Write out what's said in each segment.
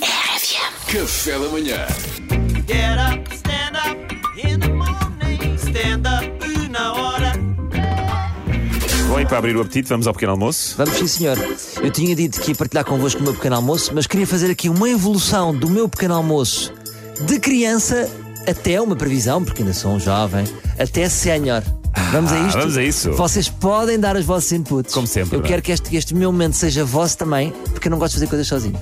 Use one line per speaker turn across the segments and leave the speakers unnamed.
RFM.
Café da manhã.
Get up, stand up in the morning. Stand up na hora.
Bom, e para abrir o apetite, vamos ao pequeno almoço.
Vamos sim, senhor. Eu tinha dito que ia partilhar convosco o meu pequeno almoço, mas queria fazer aqui uma evolução do meu pequeno almoço de criança até uma previsão, porque ainda sou um jovem, até sénior. Vamos a isto?
Ah, vamos a isso.
Vocês podem dar os vossos inputs.
Como sempre,
Eu
não é?
quero que este, que este meu momento seja vosso também, porque eu não gosto de fazer coisas sozinho.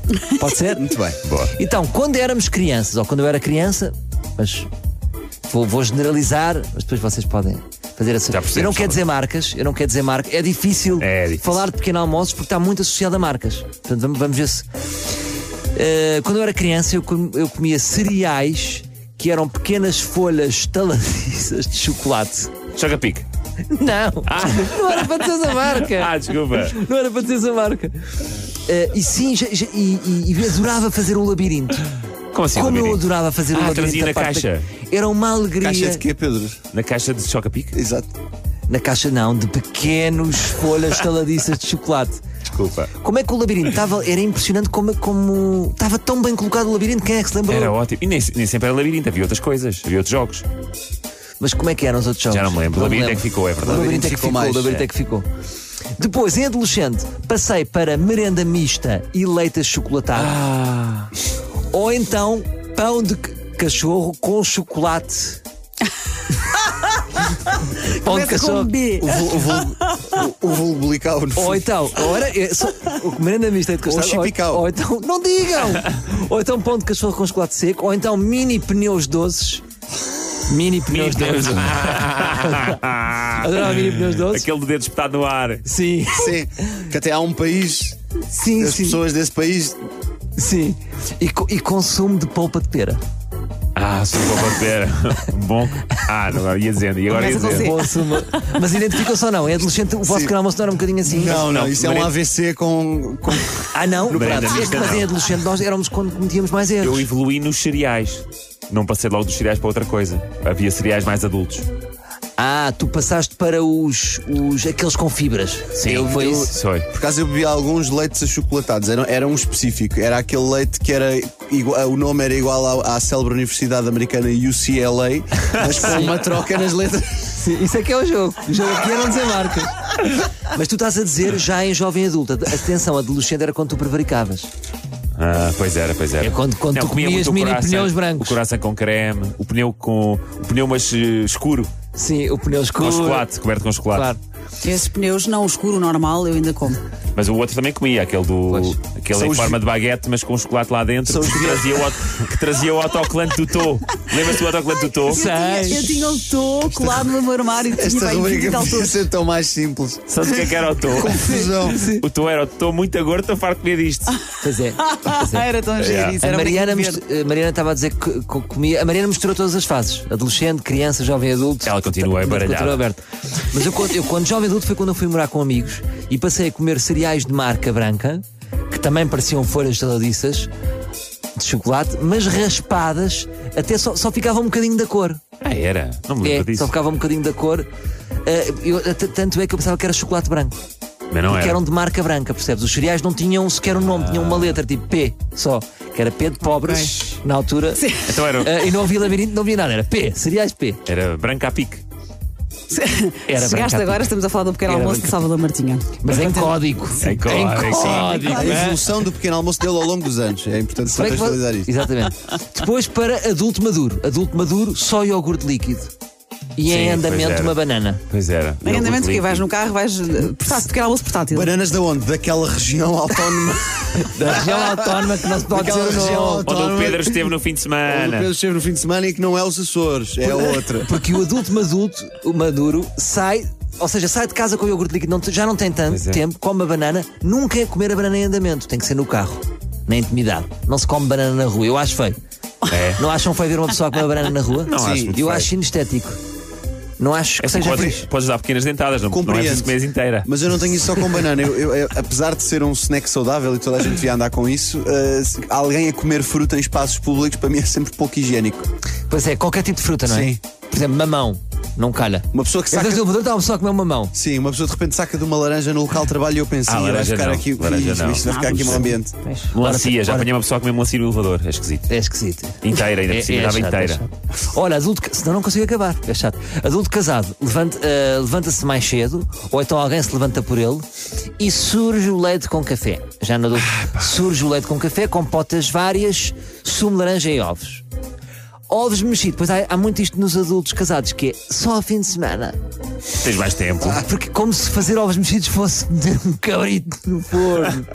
Pode ser? Muito bem.
Boa.
Então, quando éramos crianças, ou quando eu era criança, mas vou, vou generalizar, mas depois vocês podem fazer a sua.
Já
Eu
percebo,
não quero
sabe?
dizer marcas, eu não quero dizer marcas. É difícil,
É difícil.
falar de pequeno almoços porque está muito associado a marcas. Portanto, vamos, vamos ver se. Eh, quando eu era criança, eu, com- eu comia cereais que eram pequenas folhas estaladiças de chocolate.
Choca pique.
Não! Não era para dizer a marca!
Ah, desculpa.
Não era para dizer a marca! Eh, e sim, já- já- e, e- e adorava fazer o labirinto.
Como assim?
Como eu
labirinto?
adorava fazer o
Ah,
labirinto.
trazia
a
na
parte da-
caixa.
Era uma alegria.
Caixa de quê, Pedro?
Na caixa de choca pique?
Exato.
Na caixa não, de pequenos folhas estaladiças de chocolate.
Desculpa.
Como é que o labirinto estava? Era impressionante como, como estava tão bem colocado o labirinto. Quem é que se lembra?
Era ótimo. E nem, nem sempre era labirinto, havia outras coisas, havia outros jogos.
Mas como é que eram os outros jogos?
Já não me lembro. O labirinto é que ficou, é
O
verdade.
labirinto é que
Ficou
ficou,
mais,
o labirinto é que ficou. Depois, em adolescente, passei para merenda mista e leitas chocolatadas.
Ah.
Ou então pão de c- cachorro com chocolate. pão
um
de cachorro.
O, vul, o, vul, o, o vulbulical. no
Ou
fundo.
então, ou era, é, só, o merenda mista é de castelo.
chipicau.
Ou, ou então, não digam! ou então pão de cachorro com chocolate seco, ou então mini pneus doces. Mini pneus doces. Adorava mini pneus doces.
Aquele do dedo espetado no ar.
Sim,
Sim, que até há um país,
sim,
as
sim.
pessoas desse país.
sim. E, co- e consumo de polpa de pera.
Ah, sou bom para ver. Bom. Ah, não, agora ia dizendo. E agora ia dizendo.
Consumo. Mas identificam-se ou não? É adolescente, o vosso
Sim.
pequeno almoço não era um bocadinho assim?
Não, não,
não,
isso é um
merenda-
AVC com. com
Ah, não?
prato.
É que, mas em adolescente nós éramos quando cometíamos mais
Eu
erros.
evoluí nos cereais. Não passei logo dos cereais para outra coisa. Havia cereais mais adultos.
Ah, tu passaste para os, os aqueles com fibras.
eu
foi isso.
Foi.
por acaso eu bebi alguns leites achocolatados, era, era um específico, era aquele leite que era. igua- o nome era igual ao- à, célebre universidade americana UCLA, mas com uma troca nas letras.
Sim, isso é que é o jogo. O jogo aqui é não dizer marcas. Mas tu estás a dizer já em jovem adulta. Atenção, adolescente era quando tu prevaricavas.
Ah, pois era, pois era.
É quando- quando tu
comia
comias
muito o
mini
coração,
pneus brancos.
O coração com creme, o pneu com. O pneu, mas eh, escuro,
Sim, o pneu escuro.
com chocolate, coberto com chocolate.
Claro.
Esses pneus não, o escuro, o normal, eu ainda como.
Mas o outro também comia, aquele do.
Pois.
aquele
São
em
os-
forma de baguete, mas com chocolate lá dentro, que trazia, o, aut- que trazia o autocolante do Tô. Lembra-se do autocolante do Tô?
Eu tinha, eu tinha o toco lá no meu armário. Tinha
Esta
bem 20 e
rubrica
tal
podia
tocos.
ser tão mais simples.
Sabes o que é que era o Tô?
Confusão.
O Tô era o Tô muito agora, estou farto de comer disto.
Pois é. Pois é.
Ah, Era tão giro isso.
A
Era
Mariana,
brinquedo
mist-
verde.
a Mariana estava a dizer que, que comia. A Mariana misturou todas as fases: adolescente, criança, jovem adulto.
Ela continua
Portanto,
embaralhada.
continua aberto. Mas eu, quando- eu, quando jovem adulto, foi quando eu fui morar com amigos e passei a comer cereais de marca branca, que também pareciam folhas taladiças de chocolate, mas raspadas, até só, só ficava um bocadinho da cor.
Ah, era. Não me
É,
lembro disso.
só ficava um bocadinho da cor. Ah, eu- t- tanto é que eu pensava que era chocolate branco,
Mas não
que
era. Ah.
eram de marca branca, percebes? Os cereais não tinham sequer um nome, tinham uma letra tipo P só, que era P de pobres na altura.
Então era,
Ah, e não havia labirinto, não havia nada, era P, cereais P.
era branca a pique.
Era
Chegaste
branca. tipo
agora, estamos a falar do pequeno
Era
almoço de
branca.
Salvador Martinha.
Mas é em código.
É
É
Em código,
Em
sim.
código.
A evolução do pequeno almoço dele ao longo dos anos. É importante
Como é que vai-
contextualizar isto.
Exatamente. Depois para adulto maduro. Adulto maduro, só iogurte líquido. E é
Sim,
em
pois
andamento
era.
uma banana.
Pois era.
Em andamento, que
Líquido.
vais no carro, vais. eh, Portátil, pequeno almoço portátil.
Bananas da onde? Daquela região autónoma.
Da região autónoma que não se pode
Daquela
dizer o
região
nome.
Onde o
autónoma.
Pedro esteve no fim de
Onde o
semana.
Pedro esteve no fim de semana e que não é os Açores, é a outra.
Porque o adulto maduro, o maduro sai, ou seja, sai de casa com iogurte líquido, não te- já não tem
Pois
tanto
é.
tempo, come a banana, nunca é comer a banana em andamento, tem que ser no carro, na intimidade. Não se come banana na rua, eu acho feio.
É.
Não acham feio ver uma pessoa a comer banana na rua?
Não acho muito
Eu
feio.
acho inestético. Não acho
É
que
assim,
seja
podes,
fixe.
podes dar pequenas dentadas, não, não é
Compreendo.
preciso comer inteira.
Mas eu não tenho isso só com banana. Eu- eu- eu- apesar de ser um snack saudável e toda a gente devia andar com isso, eh, se- alguém a comer fruta em espaços públicos para mim é sempre pouco higiênico.
Pois é, qualquer tipo de fruta, não é?
Sim.
Por exemplo, mamão. não calha.
Uma pessoa que
Então
saca-
Entras no elevador, está uma pessoa a comer um uma mão.
Sim, uma pessoa de repente saca de uma laranja no local de trabalho e eu penso,
Ah,
"Ih, vai
laranja
ficar
não,
aqui,
laranja
isto, isto vai
não.
ficar aqui um ambiente.
Melancia, já
Ora,
apanhei uma pessoa a comer melancia no elevador. É esquisito.
É esquisito. É,
Inteira,
É,
ainda por cima, dava
chato,
inteira.
chato. Olha, adulto, ca- senão não consigo acabar. É chato. Adulto casado levanta, eh, levanta-se mais cedo, ou então alguém se levanta por ele, e surge o leite com café. Já no adulto.
Ah,
surge o leite com café, compotas várias, sumo de laranja e ovos. Ovos mexidos. Pois há, há muito isto nos adultos casados, que é só ao fim de semana.
Tens mais tempo.
Ah.
Porque como se fazer ovos mexidos fosse meter um cabrito no forno.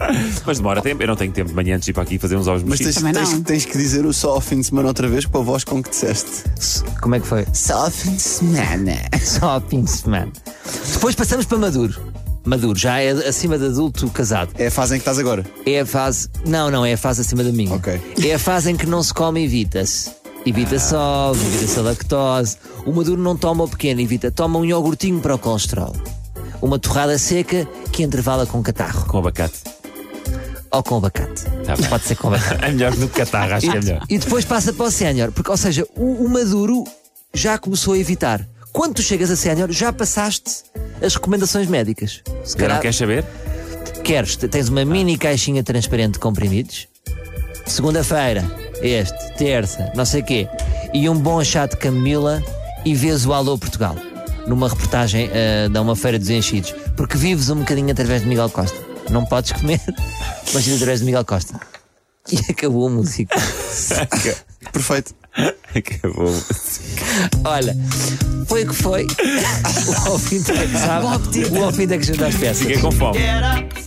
Mas demora tempo. Eu não tenho tempo de manhã antes de ir para aqui fazer uns ovos
Mas
mexidos.
tens,
Também
tens-
não.
tens que dizer o só ao fim de semana outra vez com a voz com que disseste.
Como é que foi?
Só ao fim de semana.
Só ao fim de semana. Depois passamos para maduro. Maduro, já é acima de adulto casado.
É a fase em que estás agora.
É a fase. Não, não, é a fase acima da minha.
Ok.
É a fase em que não se come, evita-se. Evita-se
Ah.
ovos, evita-se a lactose. O maduro não toma o pequeno, evita. Toma um iogurtinho para o colesterol. Uma torrada seca que intervala com catarro.
Com abacate.
Ou com abacate.
Tá bem.
Pode ser com abacate.
É melhor do que catarro, acho que é melhor.
E depois passa para o sénior, porque, ou seja, o, o maduro já começou a evitar. Quando tu chegas a sénior, já passaste as recomendações médicas. Se
Já não queres Ah. saber?
queres, te- tens uma mini caixinha transparente de comprimidos. Segunda-feira, este, terça, não sei quê. E um bom chá de camomila e vês o Alô Portugal. Numa reportagem ah, de uma feira dos enchidos. Porque vives um bocadinho através de Miguel Costa. Não podes comer, mas vives através de Miguel Costa. E acabou a música.
Perfeito.
Acabou.
Olha, foi o que foi. o Alfim da que sabe. O Alfim da que já está às peças.
Fiquei com fome.
Get up,